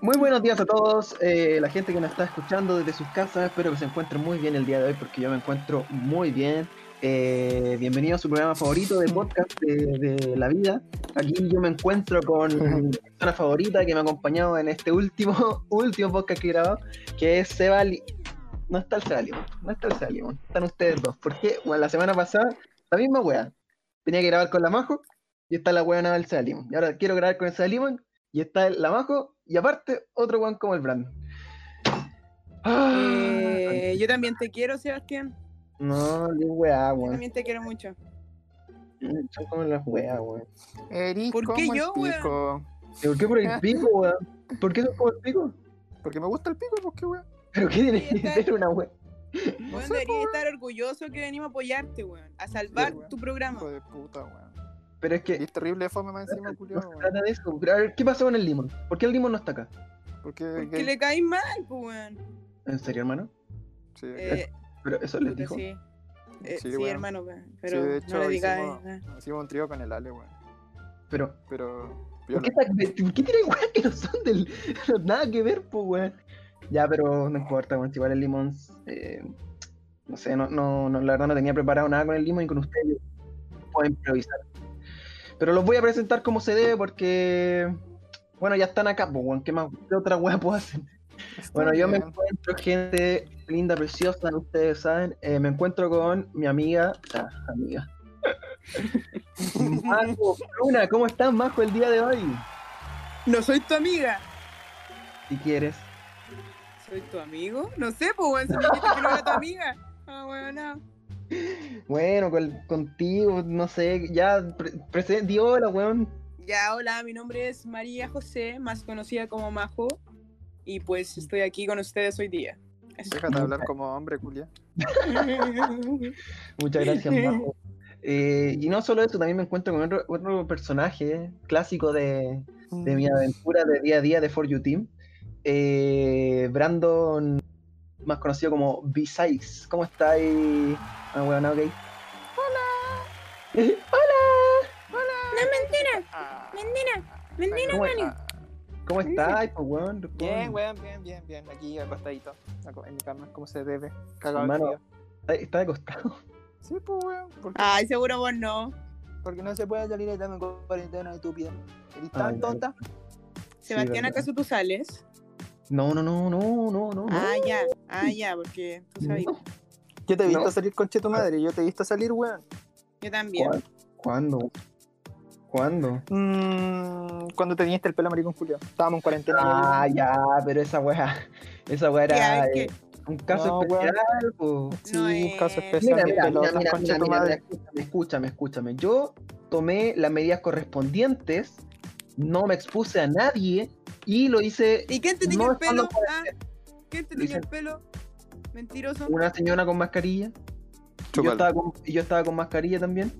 Muy buenos días a todos, eh, la gente que nos está escuchando desde sus casas, espero que se encuentren muy bien el día de hoy porque yo me encuentro muy bien. Eh, bienvenido a su programa favorito de podcast de, de la vida. Aquí yo me encuentro con mi persona favorita que me ha acompañado en este último, último podcast que he grabado, que es Seba Li- No está el Seba Limón, no está el Seba Limón, están ustedes dos. Porque bueno, la semana pasada, la misma wea, tenía que grabar con la Majo y está la wea nada del Seba Limón. Y ahora quiero grabar con el Seba Limón y está el, la Majo y aparte otro weón como el Brandon. Ah, Eh, yo también te quiero, Sebastián. no, qué weá, Yo weón. también te quiero mucho. Son como las weas, weón. Eris ¿Por como qué el yo, weón? pico. ¿Y ¿Por qué por Ah. el pico, weón? ¿Por qué son como el pico? Porque me gusta el pico, ¿por qué, weón? ¿Pero qué tiene que está- ser una wea? Bueno, sé, pues, deberías po, estar orgulloso que venimos a apoyarte, weón. A salvar weón. tu programa. Hijo de puta, weón. Pero es Y que es terrible fome más encima, no culiado, se weón. trata de eso. Pero a ver, ¿qué pasó con el limón? ¿Por qué el limón no está acá? Porque Porque gay- le caí mal, po, weón. ¿En serio, hermano? sí, Eh, Pero eso les puta, dijo. sí. Eh, Sí, sí, weón. hermano, weón. sí, Pero de hecho no le digas. hicimos, eh, hicimos un trío con el Ale, weón. Pero, Pero. ¿por qué, piola. está- ¿por qué tienen weas que no son del. no, nada que ver, pues, weón? Ya, pero no importa, weón. Si igual el limón. eh, no sé, no, no, no, la verdad no tenía preparado nada con el limón y con ustedes. Puedo improvisar. Pero los voy a presentar como se debe porque. Bueno, ya están acá, pues, weón. ¿Qué más? ¿Qué otra wea puedo hacer? Está Bueno, yo me bien. encuentro, gente linda, preciosa, ustedes saben. eh, me encuentro con mi amiga. ah, amiga. Majo, Luna, ¿cómo estás, Majo, el día de hoy? No soy tu amiga. Si quieres. ¿Soy tu amigo? No sé, po, weón. Si me dijiste que no era tu amiga. Ah, weón, no. Bueno, con- contigo, no sé, ya, pre- prese- di hola, weón. Ya, hola, mi nombre es María José, más conocida como Majo. Y pues estoy aquí con ustedes hoy día. Eso. Déjate hablar como hombre, culia. Muchas gracias, Majo. Eh, y no solo eso, también me encuentro con otro, otro personaje clásico de, de Mm. mi aventura de día a día de For You Team. Eh, Brandon, más conocido como B6. ¿Cómo estáis? Ah, bueno, ok. ¡Hola! Ah, Mendina, ¿Cómo, ah. ¿Cómo estáis, pues, weón? Responde. Bien, weón, bien, bien, bien. Aquí acostadito. aco- En mi cama, como se debe. Cagado de Hermano. frío. Está- Está de costado. Sí, pues, weón. Porque, Ay, seguro vos no. porque no se puede salir y darme cuarentena de tu piel. ¿Eres Ay, tan tonta? Sebastián, verdad. ¿acaso tú sales? No, no, no, no, no, no. Ah, ya, ah, ya, porque tú sabías. No. Yo te he visto No. Ah. salir con tu madre, yo te he visto salir, weón. Yo también. ¿Cuál? ¿Cuándo? ¿Cuándo? Mm, cuando te viniste el pelo maricón Julio. Estábamos en cuarentena. Ah, yo- ya, pero esa weá, esa weá Ya, era es que- eh, un caso No, weón. especial, po. Sí, No, un eh, caso especial. Mira, de mira, pelo, mira, la mira, concha mira, de tu mira, madre. escúchame, escúchame, escúchame. Yo tomé las medidas correspondientes, no me expuse a nadie y lo hice ¿Y quién te tiñe No, el pelo? no puede ah? ¿Quién te tiñe Dicen- el pelo? Mentiroso. una señora con mascarilla. y Yo estaba con, y yo estaba con mascarilla también.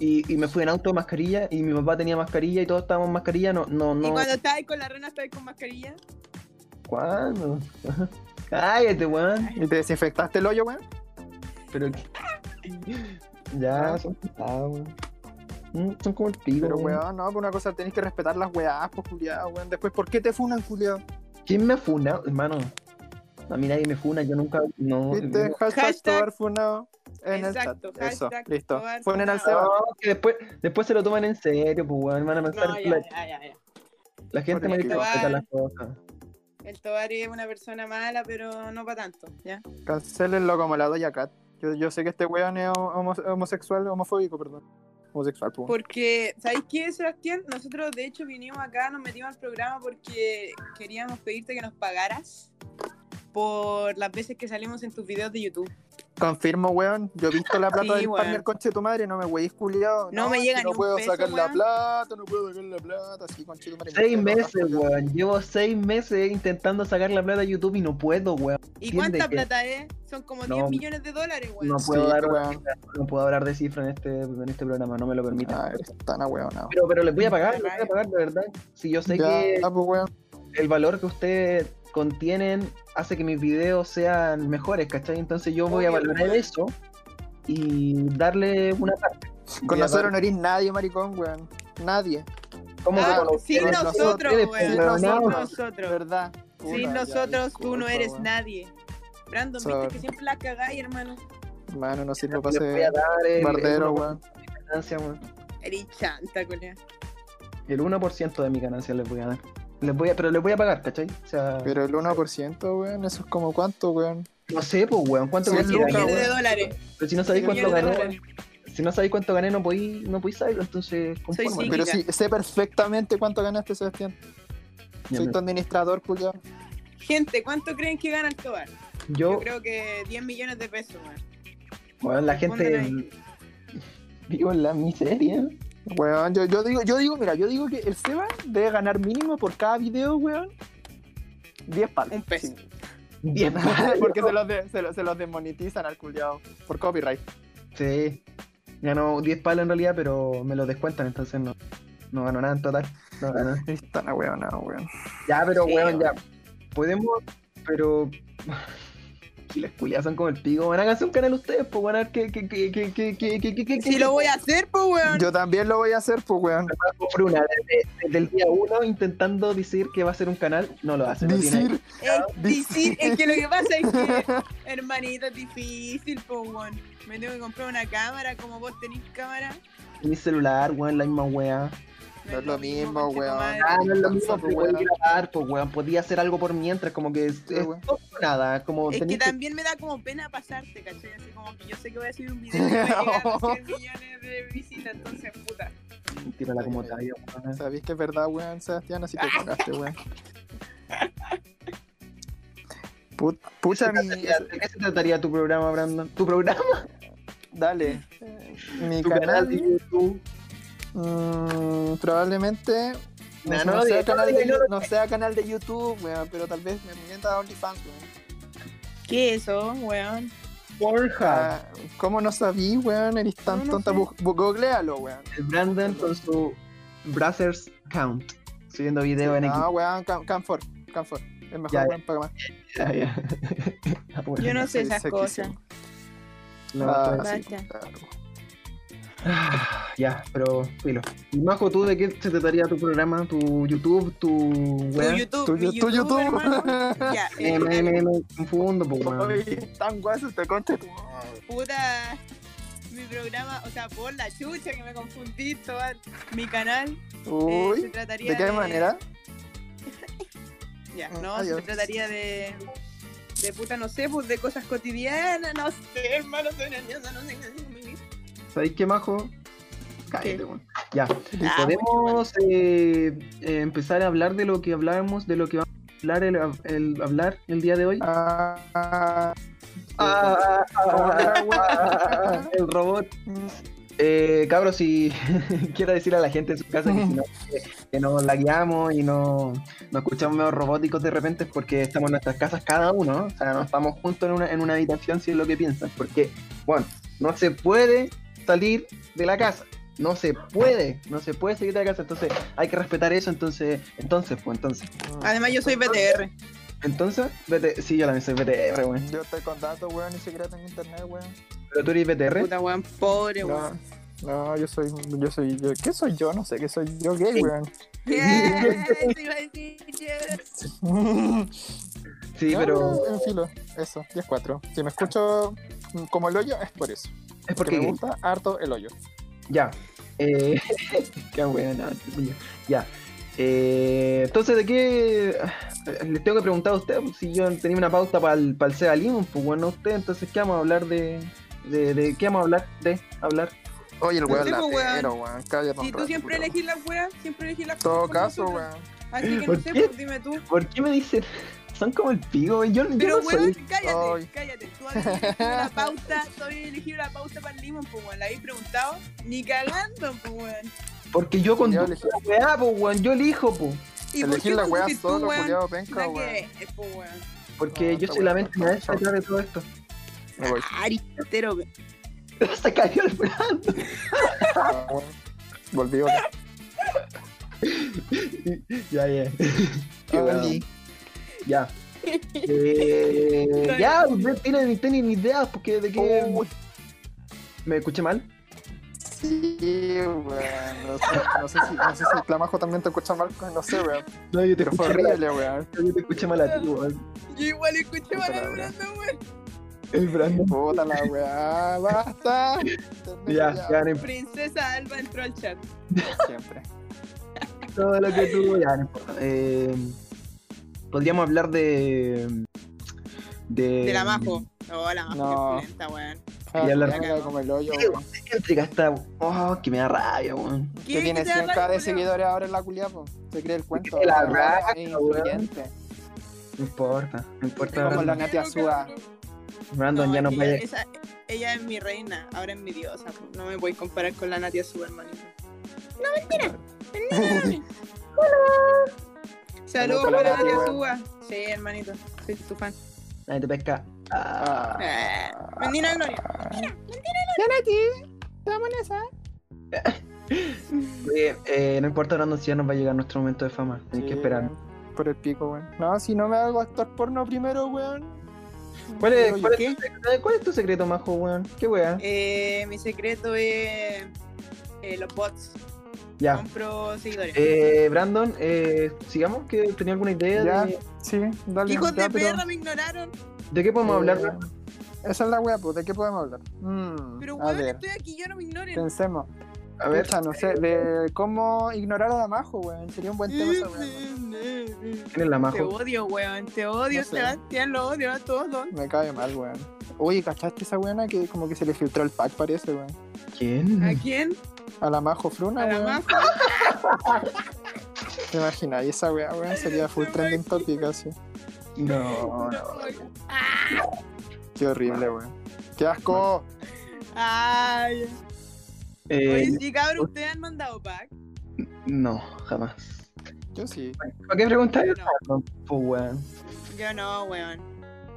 Y, y me fui en auto de mascarilla y mi papá tenía mascarilla y todos estábamos en mascarilla. No, no, Y no. cuando estás ahí con la rana, estás ahí con mascarilla. ¿Cuándo? Cállate, weón. ¿Y te desinfectaste el hoyo, weón? Pero que- Ya, son pesados, weón. Mm, Son como el pico, Ah. Pero, weón. weón, no, por una cosa tenés que respetar las weás, pues, culiado, weón. Después, ¿por qué te funan, culiado? ¿Quién me funa, hermano? A mí nadie me funa, yo nunca. No, ¿Viste? no, Hashtag, Hashtag- Tobar funado en Exacto, el chat. Eso, hashtag listo. Tobar Funen al funado. Seba. que después, después se lo toman en serio, pues weón, van a pensar No, que ya, la, ya, ya, ya. la gente Porque me te respeta van. las cosas. El Tobar es una persona mala, pero no para tanto, ¿ya? Cancelenlo como la doya Cat. Yo, yo sé que este weón es homo- homosexual, homofóbico, perdón. Homosexual, pues. Porque, ¿sabéis qué, Sebastián? Nosotros, de hecho, vinimos acá, nos metimos al programa porque queríamos pedirte que nos pagaras por las veces que salimos en tus videos de YouTube. Confirmo, weón. Yo he visto la plata Sí, del weón. partner conche tu madre, no me weís, culiao. No me llega que No ni un puedo peso, sacar la weón. plata, no puedo sacar la plata, sí, conche tu madre. Seis me meses, cagaste, weón. Llevo seis meses intentando sacar la plata a YouTube y no puedo, weón. ¿Y Entiende cuánta que- plata es? Son como No. 10 millones de dólares, weón. No Sí, puedo dar una weón. cifra, no puedo hablar de cifra en este, en este programa, no me lo permiten. Ah, eres tan ahueonado. Pero, pero les voy a pagar, les voy a Rayos. pagar, de verdad. Si yo sé Ya, que ah, pues, weón. el valor que ustedes contienen hace que mis videos sean mejores, ¿cachai? Entonces yo voy a Obvio, valorar weón. eso y darle una parte. Con Ya, nosotros no eres nadie, maricón, weón. Nadie. ¿Cómo Ah, reconocer sin a nosotros, Eres weón. pelado, Sin no. nosotros. ¿Verdad? Puta, ya, Sin nosotros tú no disculpa, eres weón. nadie. Brandon, Sorry. viste que siempre la cagáis, hermano. Mano, no sirve para Les voy a ser dar el, bardero, el weón. 1% de mi ganancia, weón. Eres chanta, colega. El 1% de mi ganancia les voy a dar. Les voy a, pero les voy a pagar, ¿cachai? O sea, Pero el 1%, weón, eso es como cuánto, weón. no sé, pues, weón, cuánto Sí, gané. sí, gané, lucas, millones de weón? dólares. Pero si no sabéis Sí, cuánto millones de gané, dólares. si no sabéis cuánto gané, no podéis no podéis saberlo, entonces Sí, Pero ya. sí, sé perfectamente cuánto ganaste, Sebastián. Soy tu administrador, culiao. Gente, ¿cuánto creen que gana el Tobar? Yo Yo, creo que 10 millones de pesos, weón. weón, la gente Responden vivo en la miseria. Weón, yo, yo digo, yo digo, mira, yo digo que el Seba debe ganar mínimo por cada video, weón. 10 palos. Un peso. Sí. Bien, Porque se los, de- se, los, se los desmonetizan al culiao. Por copyright. Sí. Ganó 10 palos en realidad, pero me lo descuentan, entonces no, no ganó nada en total. No ganó. Está una weón, no, weón. Ya, pero Sí, weón, weón. ya. Podemos, pero. Si las culias son como el pico, van a hacer un canal ustedes, pues van a ver que. que, que, que, que, que, que, que, que Si lo voy a hacer, pues, weón. Yo también lo voy a hacer, pues, weón. Fruna, desde, desde el día uno intentando decir que va a ser un canal, no lo hace. no tiene- Decir, Es difícil, es que lo que pasa es que, hermanito, es difícil, po, weón. Me tengo que comprar una cámara, como vos tenés cámara. Mi celular, weón, la misma weá. No es lo mismo, conche tu weón. madre. Ah, no es lo mismo, Cansado, pero podía weón. grabar, pues weón, podía hacer algo por mientras, como que es, Sí, es weón. todo o nada, como Es que tenés que- también me da como pena pasarte, ¿cachai? Así como que yo sé que voy a subir un video que va a llegar a 100 millones de visitas, entonces, puta. Tírala como te vaya, weón. Sabéis que es verdad, weón, Sebastián, así que cagaste, weón. Pu- Pucha, mi. ¿De qué se trataría tu programa, Brandon? ¿Tu programa? Dale. Eh, Mi ¿Tu canal de canal. YouTube? Mm, probablemente No, no, no lo sea digas, no canal lo de, digas, no lo no sea canal de YouTube, weón, pero tal vez me mienta a OnlyFans, weón. ¿Qué es eso, weón? Pornhub. Ah, ¿Cómo no sabí, weón? Eres tan No, no tonta. sé. Bu- bu- Googlealo, weón. El Brandon con su Brothers Count. Subiendo video en No, Ah, weón, Cam- Camfor, Camfor. Es mejor, Ya, weón, paga más. X. Ah, ya. Ah, bueno. Yo no sé Sí, esas sé que cosas. sí. No, Ah, estoy- sí. sí, Basta. claro. Ah, Ya, pero filo. Y Majo, ¿tú de qué se trataría tu programa? ¿Tu YouTube? ¿Tu Tu web? YouTube, Tu- mi tu YouTube. hermano. Ya, Eh, eh, me, me, me confundo, pues, weón. Oye, tan guaso este conche tu madre. puta mi programa, o sea, por la chucha que me confundí, todo mi canal eh, se Uy, trataría ¿de qué manera? Ya, Ah, no, adiós. se trataría de de puta no sé, pues de cosas cotidianas, no sé, hermano, soy nerviosa, no sé. ¿Sabéis qué, Majo? Cállate, ¿Qué? weón. Ya. Ah, Podemos eh, eh, empezar a hablar de lo que hablábamos, de lo que vamos a hablar el, el- hablar el día de hoy. Ah, ah, Ah, ah, ah, ah, ah, ah, el robot. mm, Eh, cabros, si quiero decir a la gente en su casa que si no, que, que nos lagueamos y no, nos escuchamos medio robóticos de repente es porque estamos en nuestras casas cada uno, ¿no? o sea, no estamos juntos en una, en una habitación si es lo que piensan, porque, bueno, no se puede salir de la casa. No se puede, no se puede salir de la casa, entonces hay que respetar eso, entonces, entonces, pues entonces, Además yo ah, soy BTR. entonces, vete, sí, yo también soy BTR, weón. Yo estoy con datos, weón, ni siquiera tengo internet, weón. Pero tú eres BTR, Puta weón, pobre No, weón. no, yo soy, yo soy, yo, ¿qué soy yo? No sé, ¿qué soy yo? Gay, weón. Yeah, te iba a decir, yeah. sí, No, pero En filo, eso, 10-4. Si me escucho mm, como el hoyo, es por eso. es Porque porque me gusta harto el hoyo. Ya. Eh, qué bueno, Ya. Eh, entonces, ¿de qué? Les tengo que preguntar a ustedes pues, si yo tenía una pauta para el, para el Seba Limón, pues bueno, usted, entonces, ¿qué vamos a hablar de, de, de- ¿Qué vamos a hablar de hablar? Oye, el No weón sé, po, latero, weón. Cállate Si tú siempre elegís las weas, siempre elegís las En cosas todo por caso, nosotros. weón. Así que no ¿Por sé, qué? pues dime tú. ¿Por qué me dicen? Son como el pico, güey, yo, yo Pero no weón, soy. cállate, Ay. cállate. Tú has elegido la pauta, tú habías elegido la pauta para el limón, pues weón. La habéis preguntado, ni cagando, pues weón. Porque yo con Yo la elegí- weá, pues weón, yo elijo, pues. ¿Y por qué Elegir la weá pusiste tú, solo, weón? culiado penca, Nada que weón. ver, pues weón. Porque No, yo esta soy weá la Ah, está mente maestra chao. detrás de todo esto. Me voy. Ari, entero, weón. Se cayó el brazo. Ah, weón. Volví, weón. Ya, ya. Qué Ah, bueno. Ya. Eh, ya, Oh. ustedes tienen, tienen ideas porque de qué. Uy. ¿Me escuché mal? Sí, weón. No sé, no sé si, no sé si Clamajo también te escucha mal, pues, no sé, weón. No, yo te Pero fue escuché mal, horrible, weón. yo te escuché mal a ti, weón. Yo igual escuché mal Puta la al wea. Brandon, weón. El Brandon. Puta la weá, basta. Ya, ya, no Princesa Alba entró al chat. Siempre. importa todo lo que tú, ya, no importa. Eh, podríamos hablar de. De, De la Majo. No, la Majo No. que es lenta, weón. Y hablar- Ah, mira como el hoyo, Sí, weón. Céntrica está. Oh, que me da rabia, weón. ¿Qué? Que tiene ¿Qué te da 100k de rabia, seguidores ahora en la culia, po. Se cree el cuento. Que la weón. raja, Es weón. influyente. No importa, no importa. Como la Brandon, Nati Azúa. Brandon No, ya es no que vaya. esa- ella es mi reina, ahora es mi diosa. po. No me voy a comparar con la Natia Superman. No, mentira. Saludos Saludos para para la Natia Nati, Suba. Sí, hermanito. Soy tu fan. Nadie te pesca. Ah, Ah. Eh, Menina Gloria. eh, eh, no importa, Brandon, si ya nos va a llegar nuestro momento de fama. Tenéis que Sí, esperar. weón. Por el pico, weón. No, si no me hago actor porno primero, weón. ¿Cuál es, Pero, ¿y cuál, es qué? tu secreto, Eh, cuál es tu secreto, majo, weón? ¿Qué weón? Eh, mi secreto es eh, los bots. ya. Compro seguidores. Eh, Brandon, eh, sigamos, que tenía alguna idea Ya, de, sí, dale. Hijos ya, de pero- perra me ignoraron. de qué podemos hablar. Eh, Brandon? Esa es la wea, pues, ¿de qué podemos hablar? Mm, Pero a weón, ver, estoy aquí, yo no me ignoren. pensemos. A ver, Pucha, no sé, de cómo ignorar a Damajo, weón. Sería un buen tema esa wea, weón. Te mm, ¿quién es la majo? odio, weón. Te odio, No sé. Sebastián. Lo odio a todos. Me cae mal, weón. Oye, ¿cachaste esa weona que como que se le filtró el pack, parece, weón? ¿Quién? ¿A quién? A la Majo Fruna, A la weón. Majo. ¿Te imaginas? Y esa wea, weón, sería full Te trending topic, así. No, no. No. Qué horrible, weón. ¡Qué asco! Ay. Eh, Oye, sí, cabrón, ustedes han mandado pack. no, jamás. Yo sí. ¿Para qué preguntar? Yo no, Pues, weón. yo no, weón.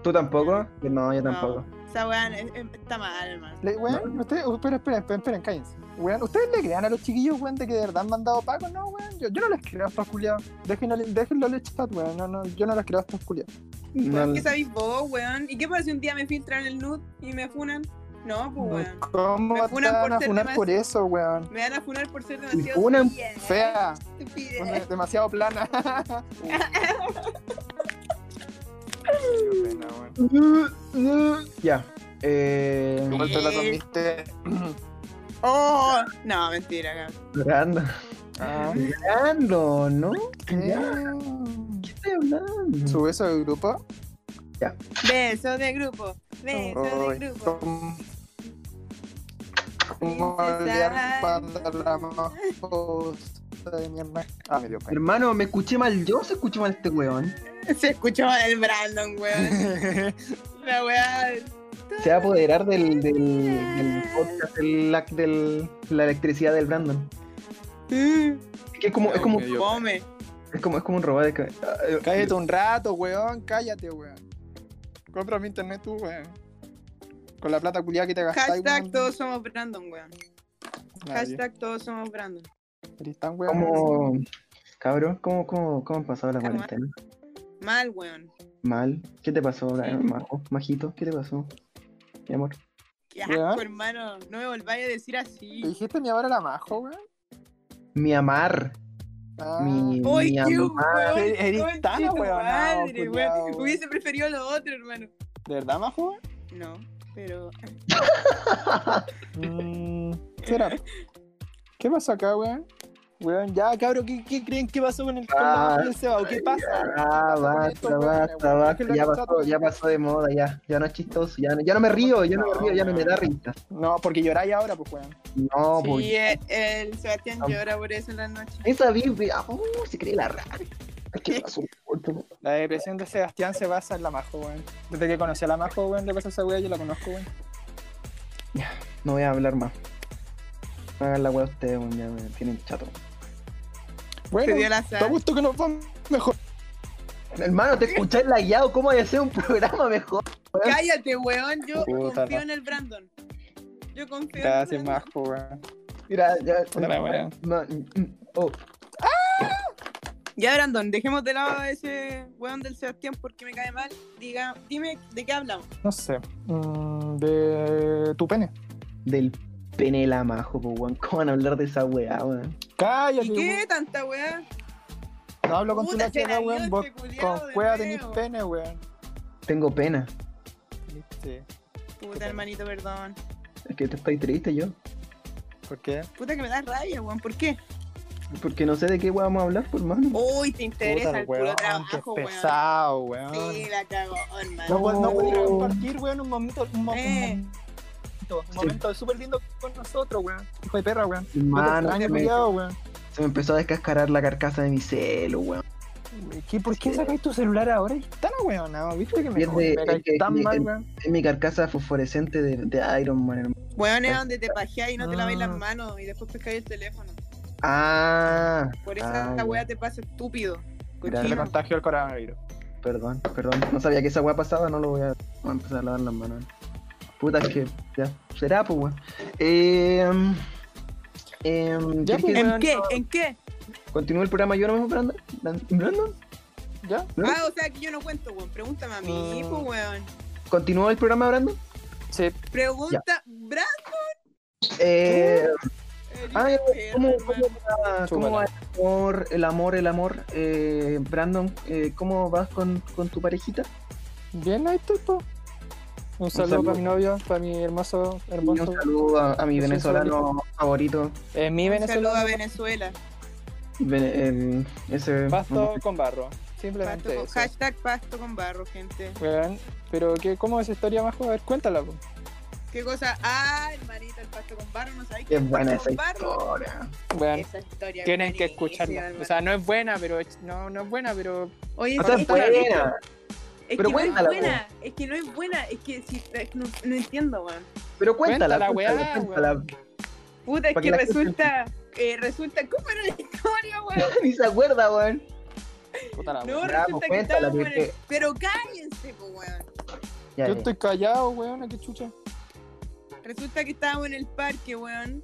¿Tú tampoco? No, yo No. tampoco. Esa weón es- es- está mal, hermano. Le- weón, ustedes, oh, pero esperen, esperen, esperen, cállense. Weón, ¿ustedes le crean a los chiquillos, weón, de que de verdad han mandado pagos? No, weón, yo, yo no les creo a estos culiados. Déjenlo, déjenlo al chat, weón, no, no, yo no les creo a estos culiados. Weón, No, ¿Qué sabéis vos, weón? ¿Y qué pasa si un día me filtran el nude y me funan? No, pues weón. ¿Cómo Me te funan por van a ser funar por eso, weón? Me van a funar por ser demasiado funan estúpida, Fea, estúpida. weón, demasiado plana. Qué pena, weón. Ya. Eh, Igual te la comiste. Oh, no, mentira, cabrón. Brandon. Ah, Brandon, ¿no? ¿qué? ¿Qué estoy hablando? ¿Sube eso del grupo? Beso de grupo. Beso Ay, de grupo. ¿Cómo cómo olvidar cuando la mojosa de mi hermana? Ah, me dio pena. Hermano, me escuché mal yo, se escuchó mal este weón. Se escuchó mal el Brandon, weón. La weá. Se va a apoderar del, del, del podcast, del, la- del- la electricidad del Brandon. Mm, Es que es como, es como, Ay, Dios. Come. es como, es como un robot de ca- ah, Cállate un rato, weón, cállate, weón. Compra mi internet tú, weón. Con la plata culiada que te gastáis, Hashtag weón. todos somos Brandon, weón. Nadie. Hashtag todos somos Brandon. Eres tan weón. Como, cabrón, ¿cómo, cómo, cómo han pasado la Calma. cuarentena? Mal, weón. Mal. ¿Qué te pasó, Brian, Majo? Majito, ¿qué te pasó? Mi amor. Qué asco, Weón. hermano. No me volváis a decir así. ¿Le dijiste mi ahora la majo, weón? Mi amar. Ah, Mi, ¡Ay, mi qué amar. weón! Eres Conche tan tu ahueonado, madre, culiao, weón. weón. Hubiese preferido lo otro, hermano. ¿De verdad, majo, weón? No, pero. Mm, será. ¿Qué pasó acá, weón? Weón, ya, cabrón, ¿qué, qué creen que pasó con el con la Ah, majo del Seba? ¿O ¿Qué pasa? weón? Ah, ¿Qué pasa con estos basta, weones, basta, weón? basta. Déjenlo Ya escuchar, pasó, weón. ya pasó de moda, ya. Ya no es chistoso, ya no, ya no me río, ya no me río, ya no me da risa. No, porque lloráis ahora, pues, weón. No, Ah. sí, pues. eh, el Sebastián Am- llora por eso en la noche. Esa Biblia, uh, se cree la rata. ¿Qué pasó? La depresión de Sebastián se basa en la majo, weón. Desde que conocí a la majo, weón, le pasa esa weá, yo la conozco, weón. No voy a hablar más. Hagan la weá ustedes, weón, ya me tienen chato. Se Bueno, dio la da sal. gusto que nos va mejor. Hermano, te escuché lagueado, ¿cómo voy a hacer un programa mejor? Cállate, weón. Yo Puta confío la- en el Brandon. Yo confío Gracias, en el Brandon. majo, weón. Mira, ya. Puta la weá. No, mm, mm, oh, Ya, Brandon, dejemos de lado a ese weón del Sebastián porque me cae mal. Diga, dime de qué hablamos. No sé. mm, de tu pene. del Penela Majo, po, weón. ¿Cómo van a hablar de esa weá, weón? Cállate, ¿Y qué weón. tanta weá? No hablo con tu Puta, se lachera, la dio weón. este Vos culiao con de cueva tenés nuevo. pene, weón. Tengo pena. Sí. Puta, hermanito, perdón. Es que te estoy triste yo. ¿Por qué? Puta, que me da rabia, weón. ¿Por qué? Porque no sé de qué weá vamos a hablar, por mano. Oh, Uy, te interesa Puta, el puro qué trabajo, Oh, weón. pesado, weón. Sí, la cago, hermano. No, pues, no podéis Oh. compartir, weón, un momento, un, mo- un Eh. momento, un momento súper lindo con nosotros, weón. Hijo de perra, weón. No te Mano, extraño, se me- culiao, weón. se me empezó a descascarar la carcasa de mi celo, weón. ¿Qué, ¿Por qué sacáis tu celular ahora? Está la weón, no, viste que me, Pierde- me caí es que- tan mal, el- weón. Es mi carcasa fosforescente de, de Iron Man, hermano. Weón es donde te pajeas y no te laváis las Ah. manos y después pescáis el teléfono. Ah, Por eso esta Ah, ya. weá te pasa estúpido. Mira, Se le no. cochino. contagió el coronavirus. perdón, perdón. No sabía que esa weá pasaba, no lo voy a, voy a empezar a lavar las manos. Puta, es que ya. Será, pues, weón. Eh, eh, Ya, pues, que ¿En qué? ¿En qué? ¿Eh? continúe el programa yo ahora mismo, Brandon? ¿Brandon? ¿Ya? ¿No? Ah, o sea que yo no cuento, weón. Pregúntame a mí, Mm. pues, weón. ¿Continúa el programa, Brandon? Sí. Pregunta, Brad. Eh, eres Ah, ya, perro, ¿Cómo, hermano. cómo va, Ah, cómo va el amor, el amor? El amor? Eh, Brandon, eh, ¿cómo vas con, con tu parejita? Bien, ahí estoy, po. Un saludo, saludo. para mi novio, para mi hermoso, Y un hermoso. saludo a, a mi Yo soy venezolano favorito, Eh, mi Un saludo a Venezuela, Venezuela. Vene- el- ese... pasto con barro. Pasto Simplemente con- eso. hashtag pasto con barro, gente. Weón, pero ¿qué, ¿cómo es esa historia, Majo? A ver, cuéntala, po. ¿Qué cosa? Ah, hermanito, el pasto con barro, no sabéis qué Qué es buena pasto esa con barro. historia. Weón, Esa historia. tienen que buenísima, escucharla. hermano. O sea, no es buena, pero es- no, no es buena, pero Oye, O sea, es es que- buena. es que Ah, pero no es cuéntala, buena, es que no es buena, es que si- no, no entiendo, weón. Pero cuéntala, Cuéntala, cuéntala, weá, cuéntala. Puta, es Para que que la resulta, eh, resulta, ¿cómo era la historia, weón? Ni se acuerda, weón. puta la No, Ya, weón. pues, resulta que cuéntala, estábamos en el... porque- Pero cállense, po, weón. Ya, Yo ya. estoy callado, weón, ¿a qué chucha? Resulta que estábamos en el parque, weón.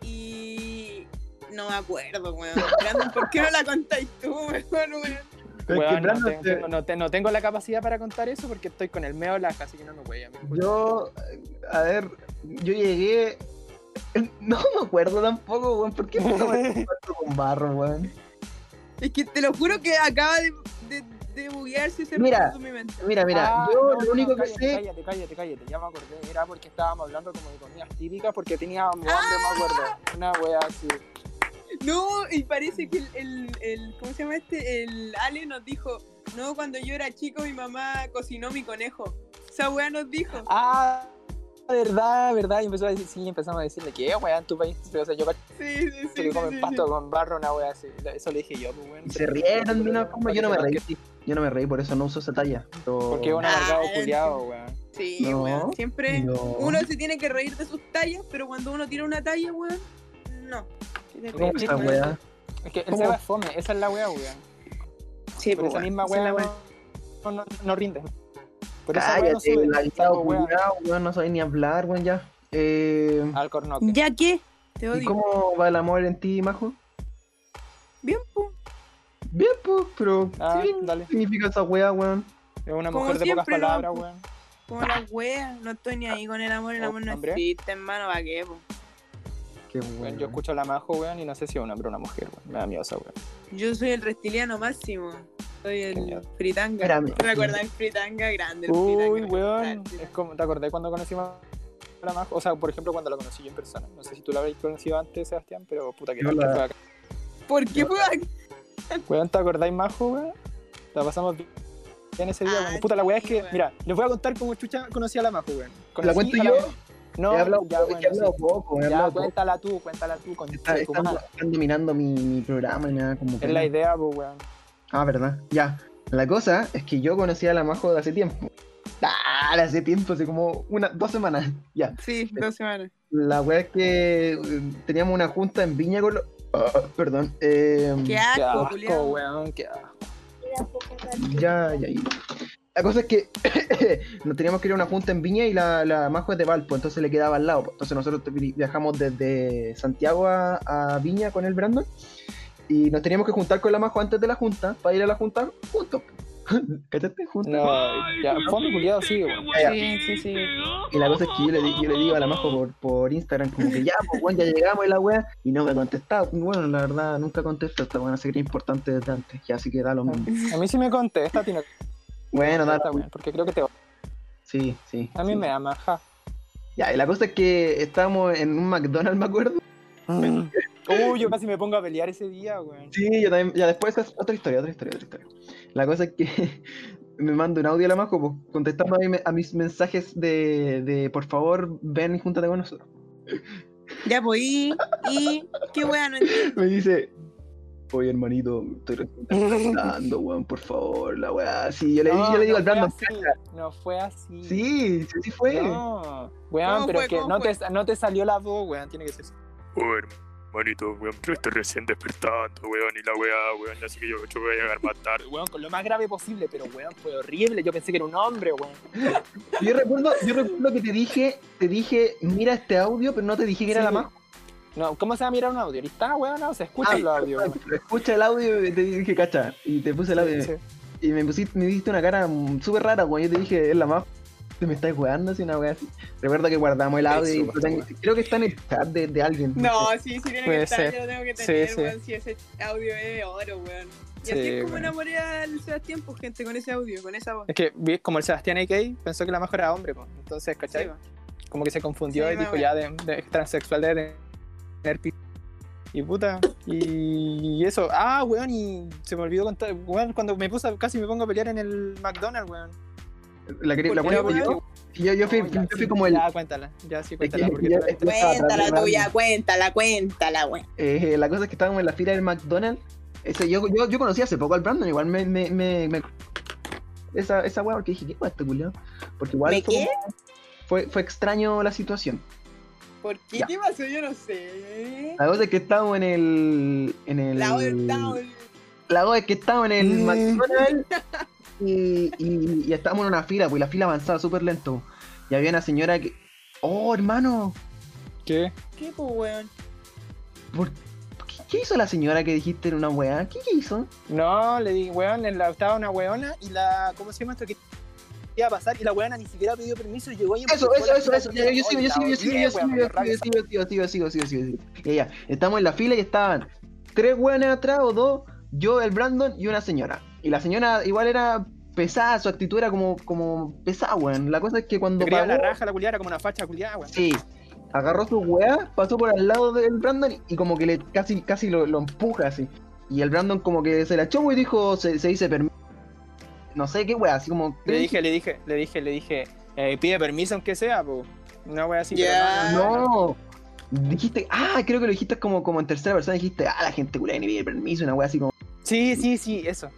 Y... No me acuerdo, weón. Brandon, ¿por qué no la contáis tú, weón, weón? Pero es que Weón, no, Brandon tengo, se- no te- no tengo la capacidad para contar eso porque estoy con el meo laja, así que no, no, weón. Yo, a ver, yo llegué... No me acuerdo tampoco, weón. ¿Por qué empezamos el cuarto con barro, weón? Es que te lo juro que acaba de, de, de buguearse ese Mira. recuerdo en mi mente. Mira, mira, Ah, yo no, lo no, único que cállate, sé... Cállate, cállate, cállate, ya me acordé. Era porque estábamos hablando como de comidas típicas porque teníamos hambre, Ah. me acuerdo. Una wea así. No, y parece que el, el, el- ¿cómo se llama este? El Ale nos dijo, no, cuando yo era chico mi mamá cocinó mi conejo. Esa weá nos dijo. Ah, verdad, verdad. Y empezó a decir, sí, empezamos a decirle que, weón, en tu país. O sea, yo cacho Sí, sí, sí. que sí, comen sí, pasto con barro, una wea así. Eso le dije yo, pues, weón. Se rieron de una forma, yo no me reí. Yo no me reí, por eso no uso esa talla. Pero- Porque es un amargado Ah, culiado, weón. Sí, No, weón. Siempre no. uno se tiene que reír de sus tallas, pero cuando uno tira una talla, weón, no. ¿Cómo esa weá? Es que el ¿Cómo? pues, Seba es fome, esa es la wea, weón. Sí, Por esa weón. misma Esa es wea la no, no, no rinde. Por esa wea no Cállate, sube, el avisado weón. culiao, weón, no sabes ni hablar, weón, ya. Eh, Ah, Alcornoque. ¿Ya qué? Te ¿Y odio. cómo va el amor en ti, Majo? Bien, po. Bien, pues, pero Ah, sí, dale. significa esa weá, weón? Es una Como mujer de pocas siempre, no, palabras, pues. weón. Como la wea, no estoy ni ahí con el amor, el Oh, amor no hombre. existe, hermano, ¿pa' qué, po? Qué Weón, bueno. Yo escucho a la majo, weón, y no sé si es un hombre o una mujer, weón. Me da miedo esa weón. Yo soy el reptiliano máximo. Soy el Genial. fritanga. Espérame. ¿Te acuerdas del fritanga grande? El Uy, fritanga, weón. el Es fritanga. como, ¿Te acordás cuando conocimos a la majo? O sea, por ejemplo, cuando la conocí yo en persona. No sé si tú la habéis conocido antes, Sebastián, pero puta que Yo mal que la- fue acá. ¿Por qué, weón? Weón, ¿te acordáis majo, weón? La pasamos bien. En ese día, Ah, weón. puta la weá es sí, que, weón. mira, les voy a contar cómo Chucha conocí a la Majo, weón. ¿La Conocí cuento a yo? No, he hablado, ya, es bueno, que he hablado sí. poco, he Ya, hablado poco. cuéntala tú, cuéntala tú, con Está- tu están, madre. están dominando mi, mi programa y nada, como... Es la idea, pues, weón. Ah, verdad, ya. La cosa es que yo conocí a la Majo de hace tiempo. Ah, de hace tiempo, hace como una, dos semanas, ya. Sí, dos semanas. La wea es que eh, teníamos una junta en Viña con ah, perdón. eh, Qué Qué asco, asco, culiao. weón, qué asco. ya, ya, ya. La cosa es que nos teníamos que ir a una junta en Viña y la, la Majo es de Valpo, entonces le quedaba al lado. Entonces nosotros vi- viajamos desde Santiago a, a Viña con el Brandon y nos teníamos que juntar con la Majo antes de la junta para ir a la junta juntos. ¿Cachaste? Juntas. No, ya, fondo culiado sí, weón. Sí, sí, sí. Y la cosa es que yo le, di- yo le digo a la Majo por, por Instagram, como que ya, pues, weón, ya llegamos y la wea, y no me contestaba. Bueno, la verdad, nunca contestó esta weá, se creía importante desde antes, ya así que da lo mismo. A mí sí me contesta, tiene Bueno, da contesta, lo mismo. weón, porque creo que te Sí, sí. A mí sí. me ama, ja. Ya, y la cosa es que estábamos en un McDonald's, me acuerdo. Uy, yo casi me pongo a pelear ese día, weón. Mm. Sí, yo también, ya después es otra historia, otra historia, otra historia. La cosa es que me manda un audio a la Majo, pues, contestando a, mi- a mis mensajes de, de por favor, ven y júntate con nosotros. Ya, pues, y, y qué wea, no entiendo. Me dice, oye hermanito, me estoy rentando, weón, por favor, la weá. Sí, yo le, No, yo le digo no al fue Brandon, así, No fue así. sí, sí, sí fue. No, weón, ¿Cómo pero fue? que ¿Cómo no fue? te, no te salió la voz, weón, tiene que ser eso. Oh, hermanito, weón, pero estoy recién despertando, weón, y la weá, weón, así que yo, yo voy a llegar más tarde. Weón, con lo más grave posible, pero weón, fue horrible. Yo pensé que era un hombre, weón. Yo recuerdo, yo recuerdo que te dije, te dije, mira este audio, pero no te dije que era Sí. la Majo. No, ¿cómo se va a mirar un audio? Ahí está, weón, no, se escucha Ah, el audio, weón. Escucha el audio y te dije, cacha, y te puse el audio. Sí. Y me pusiste, me diste una cara mm, súper rara, weón. Yo te dije, es la más. Te me estáis jugando así una weá así. Recuerda que guardamos el audio y Eso, lo tengo- creo que está en el chat de, de alguien. No, sí, sí, tiene que Puede estar, ser. yo lo tengo que Sí, tener, sí. weón, si ese audio es de oro, weón. Y así Sí, es como weón. enamoré al Sebastián, pues, gente, con ese audio, con esa voz. Es que vi como el Sebastián AK pensó que la mejor era hombre, pues. Entonces, ¿cachai? Sí, weón. como que se confundió Sí, y más dijo o ya de, de transexual de tener pi- y puta y eso ah weón y se me olvidó contar weón cuando me puse a- casi me pongo a pelear en el McDonald's weón La, quería- la Porque weá que era yo, yo, yo fui, No, ya, yo fui sí, como el. ya cuéntala ya sí es que cuéntala porque yo- tú la- yo estaba atrás de Brandon. cuéntala, cuéntala, weón. Eh, la cosa es que estábamos en la fila del McDonald's. Ese, yo, yo, yo conocí hace poco al Brandon, igual me. me, me, me- esa, esa weá, porque dije, ¿qué weá este culiao? Porque igual. ¿Me fue qué? como- Fue, fue extraño la situación. ¿Por qué? Ya. ¿Qué pasó? Yo no sé. La cosa es que estábamos en el. En el La down. La cosa es que estábamos en el Mm. McDonald's y, y, y estábamos en una fila, pues y la fila avanzaba súper lento. Y había una señora que. ¡Oh, hermano! qué ¿Qué, pues, weón? ¿por- ¿Qué, qué hizo la señora que dijiste en una weá? ¿Qué, qué hizo? no le di weón en la, estaba una weona y la cómo se llama esto que iba a pasar y la weona ni siquiera pidió permiso y llegó y Eso, empujó eso, la eso, eso. Yo fila, culiao. yo sigo, yo sigo, yo sigo, yo Oye, sigo, weón, yo rabia, sigo, yo sigo, yo sigo, yo sigo, yo sigo, yo sigo, yo sigo. Y ya, estamos en la fila y estaban tres weones atrás o dos, yo, el Brandon y una señora. Y la señora igual era pesada, su actitud era como, como pesada, weón. La cosa es que cuando me quería la pagó- raja la culiao, era como una facha culiada weón Sí. Agarró su weá, pasó por al lado del Brandon y como que le casi, casi lo, lo empuja así. Y el Brandon como que se la echó y dijo, se, se dice permiso. No sé qué weá, así como. Le dije, le dije, le dije, le dije, eh, pide permiso aunque sea, po. Una wea así, Ya. pero no, no, no. No. Dijiste, ah, creo que lo dijiste como, como en tercera persona, dijiste, ah, la gente culea ni pide permiso, una weá así como, Sí, sí, sí, eso.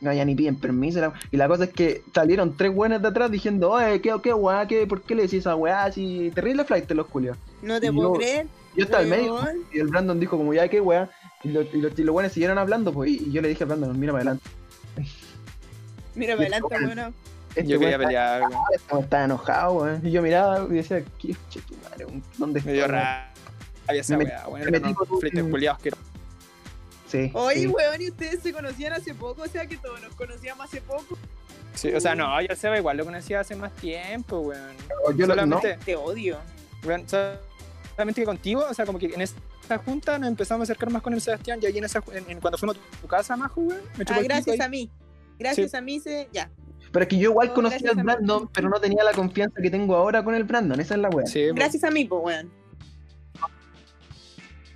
no, ya ni piden permiso. la- Y la cosa es que salieron tres buenas de atrás diciendo, oye, qué, qué weá, qué, ¿por qué le decís esa weá así? Terrible flight de los culios. No te No, puedo creer. Yo estaba al medio. weón. Y el Brandon dijo como, ya, qué weá. Y, lo- y los chiloguanes siguieron hablando, pues. Y, y yo le dije al Brandon, mira para adelante. Mira para adelante, weón. Este Yo weón quería está, pelear, weón. como está enojado, weón. Y yo miraba y decía, qué che tu madre, weón, ¿dónde Me dio estoy, weón?". rabia esa Me- wea, weón. me Era metí unos con un- fletes culiados que. Sí. Oye, sí. weón, ¿y ustedes se conocían hace poco? O sea, que todos nos conocíamos hace poco. Sí, o sea, no, yo se ve igual, lo conocía hace más tiempo, weón. Yo lo- no, solamente, Te odio. weón, so- solamente que contigo, o sea, como que en esta junta nos empezamos a acercar más con el Sebastián y ahí en esa, ju- en, en- cuando fuimos a tu casa, Majo, weón, me chupó Ah, el pico gracias ahí. a mí. Gracias a mí se... Ya. pero es que yo igual No, conocí Oh, gracias al a mí. Brandon, pero no tenía la confianza que tengo ahora con el Brandon. Esa es la weá. Sí, weón. Gracias a mí, pues, weón.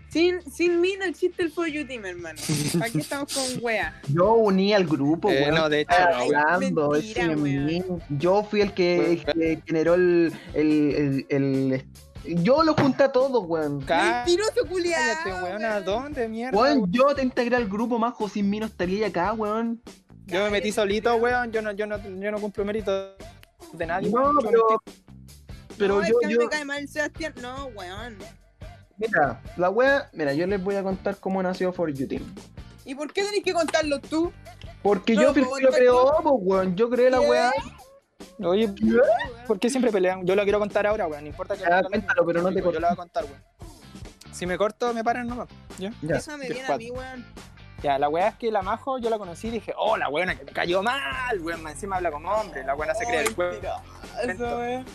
Sin, sin mí no existe el For You Team, hermano. Aquí estamos con wea. Yo uní al grupo, Eh, weón. no, de hecho, Estaba no, pues, Ay, weón. hablando, mentira, ese weón. mismo. Yo fui el que, el que generó el, el, el- el- Yo lo junté a todos, weón. Mentiroso Cállate, weón, ¿a culiado. dónde, mierda? Weón, yo te integré al grupo, majo. Sin mí no estaría acá, weón. Yo me metí solito, weón. Yo no, yo no, yo no cumplo mérito de nadie. No, weón. Yo pero. Pero no, yo, es que a mí yo. me cae mal el Sebastián. No, weón. Mira, la wea. Mira, yo les voy a contar cómo nació For You Team. ¿Y por qué tenés que contarlo tú? Porque No, yo pues, fui el que bueno, lo creó, pues, weón. Yo creé la ¿Qué? wea. me- Oye, Por- ¿por qué siempre pelean? Yo lo quiero contar ahora, weón. No importa que. pues, Ya, Ah, cuéntalo, pero no te Yo lo voy a contar, weón. Si me corto, me paran nomás. Ya. Déjame Ya, bien a cuatro. mí, weón. Ya, la weá es que la Majo yo la conocí y dije, oh, la weona que me cayó mal, weón, más encima habla como hombre, la weona se cree el cuerpo. Eso, weón.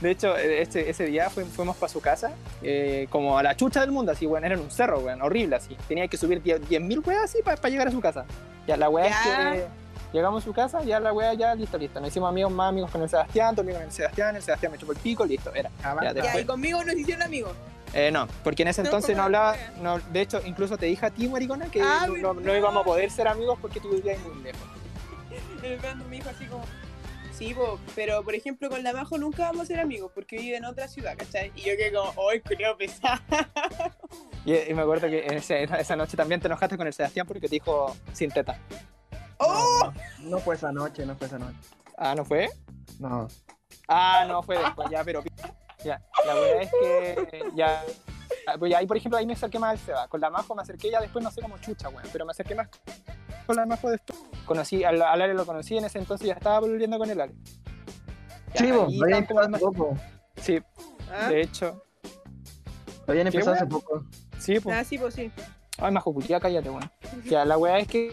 De hecho, eh, este, ese día fue- fuimos para su casa, eh, como a la chucha del mundo, así, weón, era en un cerro, weón, horrible, así. Tenía que subir 10 10.000 weas así para llegar a su casa. Ya, la wea Ya. es que eh, llegamos a su casa, ya la wea ya, listo, listo. Nos hicimos amigos más amigos con el Sebastián, otro amigo con el Sebastián, el Sebastián me chupó el pico, listo, era. Ya, pues. Ya, después- y conmigo nos hicieron amigos. eh, no, porque en ese No, entonces no como la hablaba, wea. no, de hecho, incluso te dije a ti, maricona, que Ah, no- no, no verdad. íbamos a poder ser amigos porque tú vivías muy lejos. El Brandon me dijo así como, sí, po, pero por ejemplo con la Majo nunca vamos a ser amigos porque vive en otra ciudad, ¿cachai? Y yo que como, ¡ay, culiao pesado! Y, y me acuerdo que ese- esa noche también te enojaste con el Sebastián porque te dijo sin teta. ¡Oh! No, no fue esa noche, no fue esa noche. Ah, ¿no fue? No. Ah, no, fue después, ya, pero... Ya, la verdad es que... Ya, ah, pues ahí, por ejemplo, ahí me acerqué más al Seba. Con la Majo me acerqué, ya después no sé cómo chucha, weón, pero me acerqué más con la Majo después. Conocí, al, al Ale lo conocí, en ese entonces ya estaba volviendo con el Ale. Ya, Sí, pues, vos, ahí lo habían están empezado como hace más- poco. Sí, ¿Ah? de hecho. Lo habían ¿Qué, empezado weón? hace poco. Sí, pues. Ah, sí, pues sí. Ay, Majo, ya cállate, weón. Ya, la weá es que...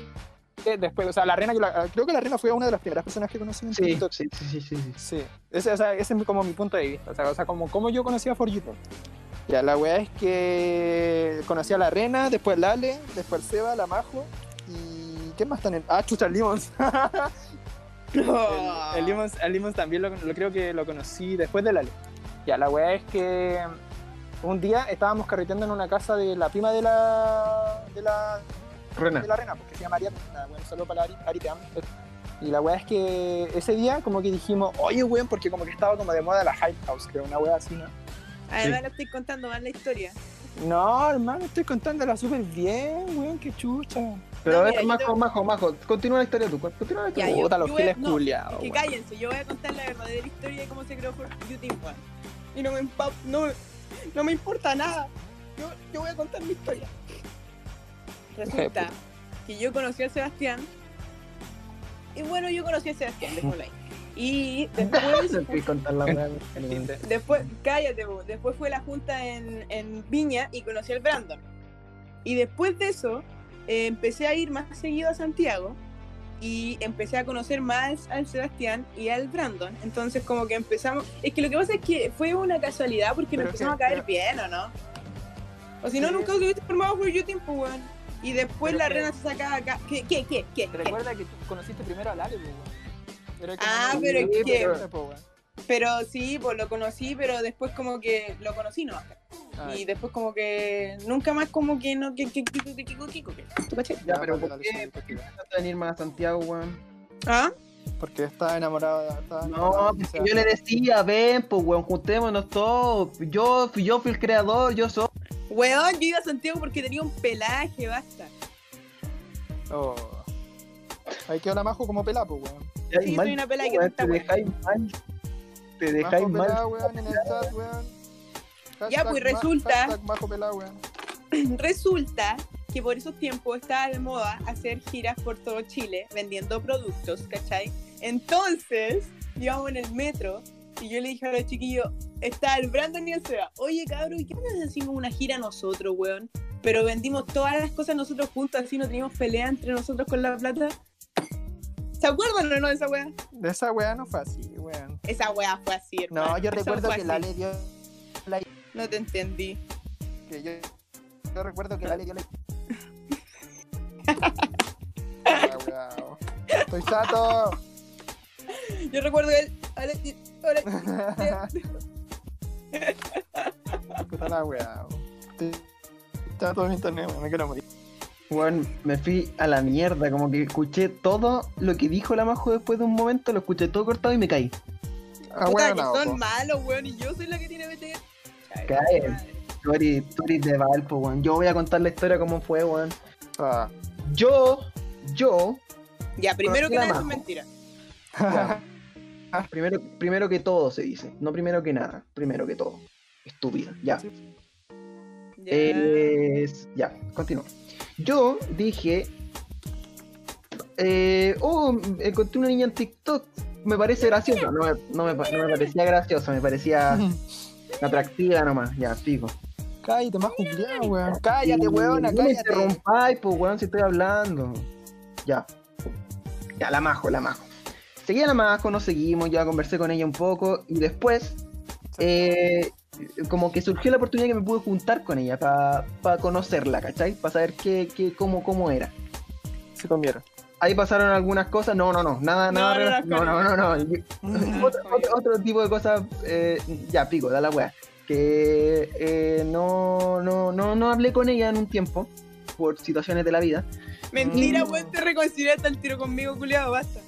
que Después, o sea, la Rena, yo la- creo que la Rena fue una de las primeras personas que conocí en Sí, TikTok. sí, sí, sí. sí, sí. Sí, ese, o sea, ese es como mi punto de vista. O sea, o sea, como, como yo conocía a For You. Ya, la weá es que conocí a la Rena, después la Ale, después el Seba, la Majo y. ¿Qué más tan en.? Ah, chucha, el Limons. El, Ah, el Limons, el Limons también lo, lo creo que lo conocí después del Ale. Ya, la weá es que. Un día estábamos carreteando en una casa de la prima de la. de la Rena. de la Rena, porque se llama Ariadna. Bueno, un saludo para la Ari, Ari, te amo. Y la weá es que ese día como que dijimos, oye weón, porque como que estaba como de moda la Hype House, que era una weá así, ¿no? Además le estoy contando más la historia. No, hermano, estoy contándola súper bien, weón, qué chucha. Pero a mira, ver, yo majo, te- majo, majo. Continúa la historia tú. Continúa la historia. Ya, yo- Puta, los yo giles voy- no, culiados, Es que weón. cállense, yo voy a contar la verdadera historia de cómo se creó For You Team One. Y no me, empa- no, no me importa nada. Yo, yo voy a contar mi historia. Resulta que yo conocí a Sebastián. Y bueno, yo conocí a Sebastián, dejémoslo ahí. Y después, Fui a contar la weá. weón. después cállate, bo, después fue la junta en, en Viña y conocí al Brandon. Y después de eso, eh, empecé a ir más seguido a Santiago y empecé a conocer más al Sebastián y al Brandon. Entonces como que empezamos... Es que lo que pasa es que fue una casualidad porque Pero nos es que- empezamos a caer bien, ¿o no? O si no, Sí. nunca hubiese formado por YouTube, pues, weón. Y después Pero la que- Rena se sacaba acá. ¿Qué, qué, qué, qué? qué? Recuerda que tú conociste primero al Ale, weón. Era como Ah, una- pero es Sí, que- pero- po, pues, weón. Pero sí, pues lo conocí, pero después como que lo conocí, ¿no? Ah, Y después como que nunca más como que no que que que que que que que que ¿Tú caché? Ya, pero porque ¿por qué empezaste a venir más a Santiago, weón? ¿Ah? Porque estaba enamorado. Estaba No, pues, porque yo le decía, ven, pues, weón, juntémonos todos. Yo, yo fui el creador, yo soy. Weón, yo iba a Santiago porque tenía un pelaje, basta. Oh. Ahí quedó la Majo como pelapo, weón. Sí, soy una pela que pues, weón, está Te buena. dejáis mal. Te dejáis Majo mal. Pelá, weón, en el chat, weón. Ya, pues, ma- resulta. hashtag Majo Pelá, weón. Resulta que por esos tiempos estaba de moda hacer giras por todo Chile vendiendo productos, ¿cachai? Entonces, íbamos en el metro y yo le dije a los chiquillos, está el Brandon y el Seba, oye cabrón, ¿y ¿qué nos hacemos una gira nosotros, weón? Pero vendimos todas las cosas nosotros juntos, así no teníamos pelea entre nosotros con la plata. ¿Se acuerdan o no de esa weá? De esa weá no fue así, weón. Esa weá fue así, hermano. No, yo Eso recuerdo fue que la así. le dio. No te entendí. Que yo, yo recuerdo que la le dio la. Ah, weao. Estoy chato. Yo recuerdo que... él- Hola, y- Ah, hola, Puta la weá. Estoy chato de mi internet, weón. Me quiero morir. Weón, me fui a la mierda. Como que escuché todo lo que dijo la Majo después de un momento, lo escuché todo cortado y me caí. Ah, Puta, weón, que no, son po. malos, weón, y yo soy la que tiene BTR. Chale, Caen. madre. Tú eres, tú eres de Valpo, weón. Yo voy a contar la historia como fue, weón. Ah. Yo, yo, Ya, primero que la nada, eso es majo. mentira. Ya. Primero, primero que todo se dice, no primero que nada, primero que todo. Estúpido, ya. Ya. Eh, Es- ya, continúo. Yo dije, eh, oh, encontré una niña en TikTok, me parece graciosa. No me, no me pa- no me parecía graciosa, me parecía atractiva nomás, ya, fijo. Cállate, más jugueado, weón. Cállate, Y weón, No me cállate. interrumpáis, pues, weón, si estoy hablando. Ya. Ya, la majo, la majo. Seguí a la majo, nos seguimos, ya conversé con ella un poco y después, eh, como que surgió la oportunidad que me pude juntar con ella para conocerla, ¿cachai? Para saber qué, qué, cómo, cómo era. Se comieron. Ahí pasaron algunas cosas, no, no, no, nada, No, no, nada, no, no, no, no, no, yo- otro, otro- otro tipo de cosas, eh, ya pico, da la wea. Que eh, no, no, no, no hablé con ella en un tiempo, por situaciones de la vida. Mentira, Mm. weón, te reconciliaste al tiro conmigo, culiado, basta.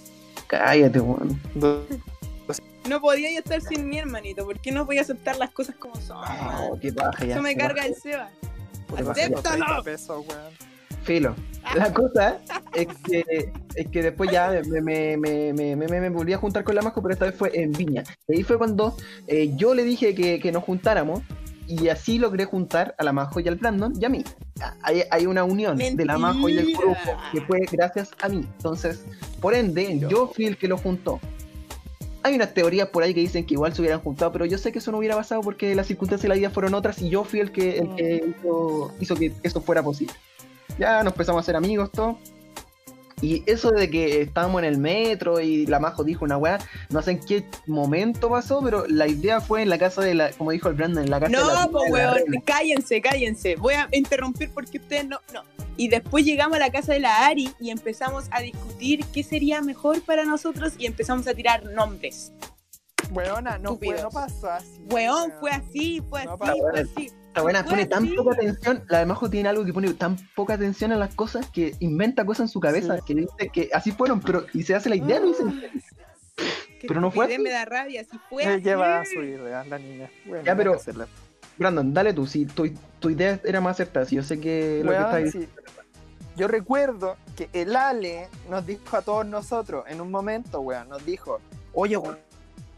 Cállate, weón. No podía ya estar sin mi hermanito, ¿por qué no voy a aceptar las cosas como son? Oh, qué paja, ya. Eso me qué carga el Seba. paja, qué paja, ya. ¡Acéptalo! pesos, weón. Filo. La cosa es que, es que después ya me, me, me, me, me, me volví a juntar con la Masco, pero esta vez fue en Viña. Y ahí fue cuando eh, yo le dije que, que nos juntáramos y así logré juntar a la Masco y al Brandon y a mí. A- Hay, hay una unión de la Masco y el Mentira. grupo que fue gracias a mí. Entonces, por ende, yo fui el que lo juntó. Hay unas teorías por ahí que dicen que igual se hubieran juntado, pero yo sé que eso no hubiera pasado porque las circunstancias de la vida fueron otras y yo fui el que, el que Mm. hizo, hizo que eso fuera posible. Ya nos empezamos a hacer amigos, todo. Y eso de que estábamos en el metro y la Majo dijo una weá, no sé en qué momento pasó, pero la idea fue en la casa de la, como dijo el Brandon, en la casa de la... No, pues de la weón, reina. cállense, cállense. Voy a interrumpir porque ustedes no, no. Y después llegamos a la casa de la Ari y empezamos a discutir qué sería mejor para nosotros y empezamos a tirar nombres. Weona, no, fue, Estúpidos. no pasó así. Weón, fue así, fue así, No, para fue weón. así. Esta buena Fue pone tan así. poca atención, la de Majo tiene algo que pone tan poca atención a las cosas que inventa cosas en su cabeza, que dice que así fueron, pero y se hace la idea, no dice, Que Pero no fue estupidez así. Me da rabia, si fue Me así. lleva a su idea, la niña. Bueno, Ya, hay pero- que hacerla. Brandon, dale tú, si tu, tu idea era más aceptada, si yo sé que lo que Weón, está diciendo. sí. Yo recuerdo que el Ale nos dijo a todos nosotros en un momento, weón, nos dijo, oye, weón,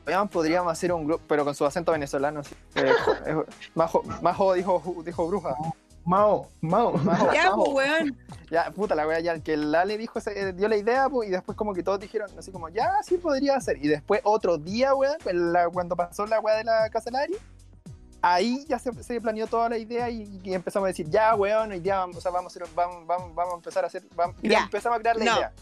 weón, podríamos hacer un grupo, pero con su acento venezolano. sí. Eh, jo- eh, majo, Majo dijo, dijo bruja. Mao, Mao. Majo, Ya, Majo. pues weón. Ya, puta la wea, ya el que el Ale dijo, se- eh, dio la idea, pues, y después como que todos dijeron, así como, ya, sí podría ser. Y después otro día, weón, pues, la- cuando pasó la wea de la casa del Ari, ahí ya se, se planeó toda la idea y, y empezamos a decir, ya, weón, hoy día vamos, o sea, vamos, a hacer- vamos, vamos, vamos a empezar a hacer, vamos- Ya. empezamos a crear la No. idea.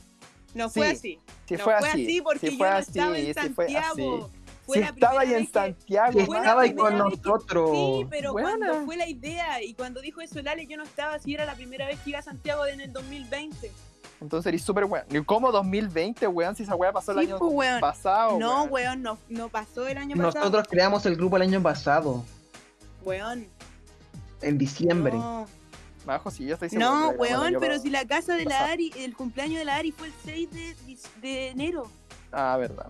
no fue Sí. así. Si no fue, fue así, porque si yo fue no así, estaba en si fue así. Santiago. Fue Si la estaba ahí primera en vez que- Que Santiago, Buena estaba ahí primera con vez que- nosotros. Sí, pero cuando Buena. fue la idea y cuando dijo eso Lale, yo no estaba, si era la primera vez que iba a Santiago en el 2020. entonces eres súper weón. ¿Y cómo 2020, weón, si esa wea pasó el Sí, año pues, weón. pasado? No, weón, weón. no, no pasó el año pasado. Nosotros creamos el grupo el año pasado, Weón. en diciembre. No, Majo, sí, yo estoy seguro. no que lo grabamos weón, yo, pero pa- si la casa de la pasado. Ari, el cumpleaños de la Ari fue el 6 de, dic- de enero. Ah, verdad.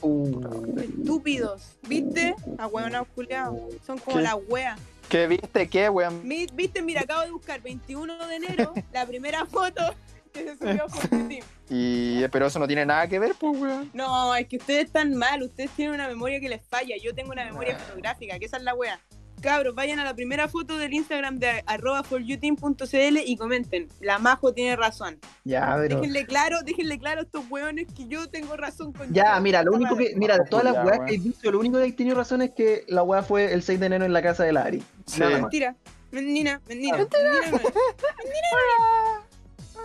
Uh. Estúpidos. ¿Viste? A weón culiados. Son como ¿Qué? las weas. ¿Qué viste? ¿Qué, weón? Mi- ¿Viste? Mira, acabo de buscar 21 de enero la primera foto que se subió con Tim. Y, eh, pero eso no tiene nada que ver, pues, weón. No, es que ustedes están mal, ustedes tienen una memoria que les falla, yo tengo una memoria Nah. fotográfica, que esa es la wea. Cabros, vayan a la primera foto del Instagram de arroba foryouteam.cl y comenten, la Majo tiene razón. Ya, pero... Déjenle claro, déjenle claro a estos weones que yo tengo razón con Ya, mira, lo único que, mira, de todas las Ya, weas weón. que he dicho, lo único que he tenido razón es que la wea fue el 6 de enero en la casa de la Ari. Nada más. Mentira, mentira, mentira. Ah. mentira, weón.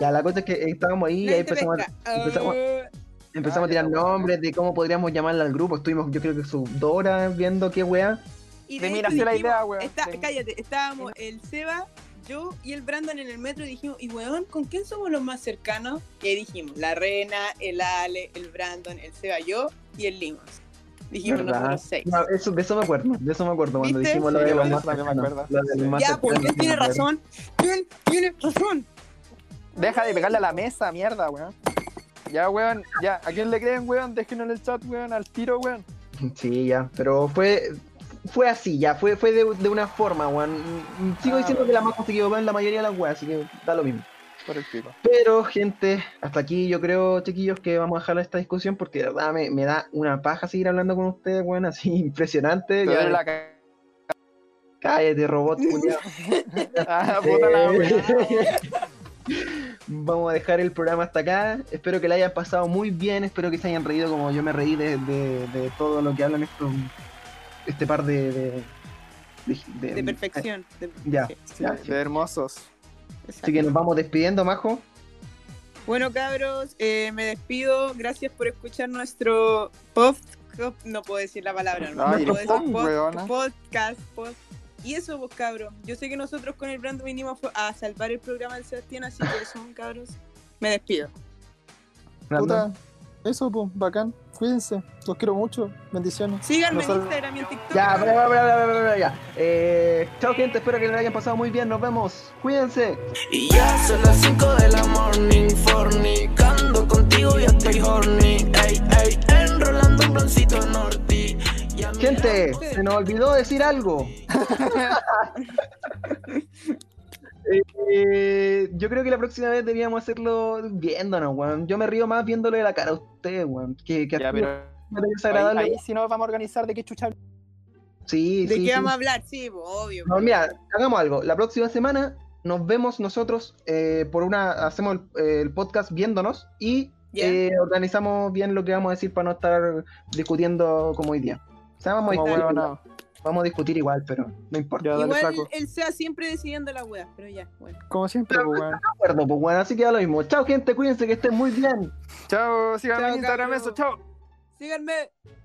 Ya, la cosa es que estábamos ahí y ahí Nadie te empezamos, a- pesca. Ah, empezamos- empezamos a Ah, ya, tirar la wea. nombres de cómo podríamos llamarla al grupo. Estuvimos, yo creo que sus dos horas viendo qué wea. Y De de mí nació hecho la dijimos- idea, weón. está- De mí. cállate, estábamos el Seba, yo y el Brandon en el metro y dijimos, y weón, ¿con quién somos los más cercanos? Y ahí dijimos, la Rena, el Ale, el Brandon, el Seba, yo y el Limos. Dijimos ¿Verdad? nosotros seis. No, eso, de eso me acuerdo, de eso me acuerdo cuando ¿Viste? dijimos lo Sí, de yo los también más me cercanos, acuerdo. lo de los más ya, pues, cercanos, ¿quién tiene me acuerdo. razón? ¿Quién tiene razón? Deja de pegarle a la mesa, mierda, weón. Ya, weón, ya. ¿A quién le creen, weón? Déjenlo en el chat, weón, al tiro, weón. Sí, ya, pero fue fue así, ya, fue, fue de, de una forma, weón. Mm, Sigo Ah, diciendo que la Majo se equivocó en la mayoría de las weas, así que da lo mismo. Por el pico. Pero, gente, hasta aquí yo creo, chiquillos, que vamos a dejar esta discusión porque de verdad me, me da una paja seguir hablando con ustedes, weón, así impresionante. Te Ya, duele la ca- Cállate, robot. culiao. Ah, puta la weón. Vamos a dejar el programa hasta acá. Espero que la hayan pasado muy bien. Espero que se hayan reído como yo me reí de, de- de todo lo que hablan estos, este par de, de, de- de- De perfección. de Ya, perfección. ya. de hermosos. Exacto. Así que nos vamos despidiendo, Majo. Bueno, cabros, eh, me despido. Gracias por escuchar nuestro podcast. No puedo decir la palabra, no, Ay, No puedo pon, decir pod- weona. podcast. pod- y eso, pues, cabros. Yo sé que nosotros con el brand vinimos fue- a salvar el programa del Sebastián, así que eso, cabros. Me despido. Brandon. Puta, eso, pues, bacán. Cuídense. Los quiero mucho. Bendiciones. Síganme en Nosotros- Instagram y en TikTok. Ya, bla, bla, bla, bla, bla, bla, ya. Eh, chao, gente. Espero que lo hayan pasado muy bien. Nos vemos. Cuídense. Y ya son las 5 de la morning, fornicando contigo ya estoy horny, ey, ey, enrolando un broncito en Orti. Ya me- Gente, se nos olvidó decir algo. Eh, yo creo que la próxima vez deberíamos hacerlo viéndonos, weón. Yo me río más viéndole la cara a usted, weón. Que, que Ya, actúe. pero Me parece ahí, agradable. ahí si no vamos a organizar de qué chucha. Sí, ¿De sí, qué sí. vamos a hablar? Sí, pues, obvio. No, mira, hagamos algo. La próxima semana nos vemos nosotros eh, por una. Hacemos el, el podcast viéndonos y Ya. eh, organizamos bien lo que vamos a decir para no estar discutiendo como hoy día. O sea, vamos, a Como discutir, huevonao. vamos a discutir igual, pero no importa. Ya, dale, Igual flaco. él sea siempre decidiendo la wea, pero ya, bueno. Como siempre, pues, weón. De acuerdo, pues bueno, así queda lo mismo. Chao, gente, cuídense que estén muy bien. Chao, síganme Chao, en Instagram, cabros. eso, chao. Síganme.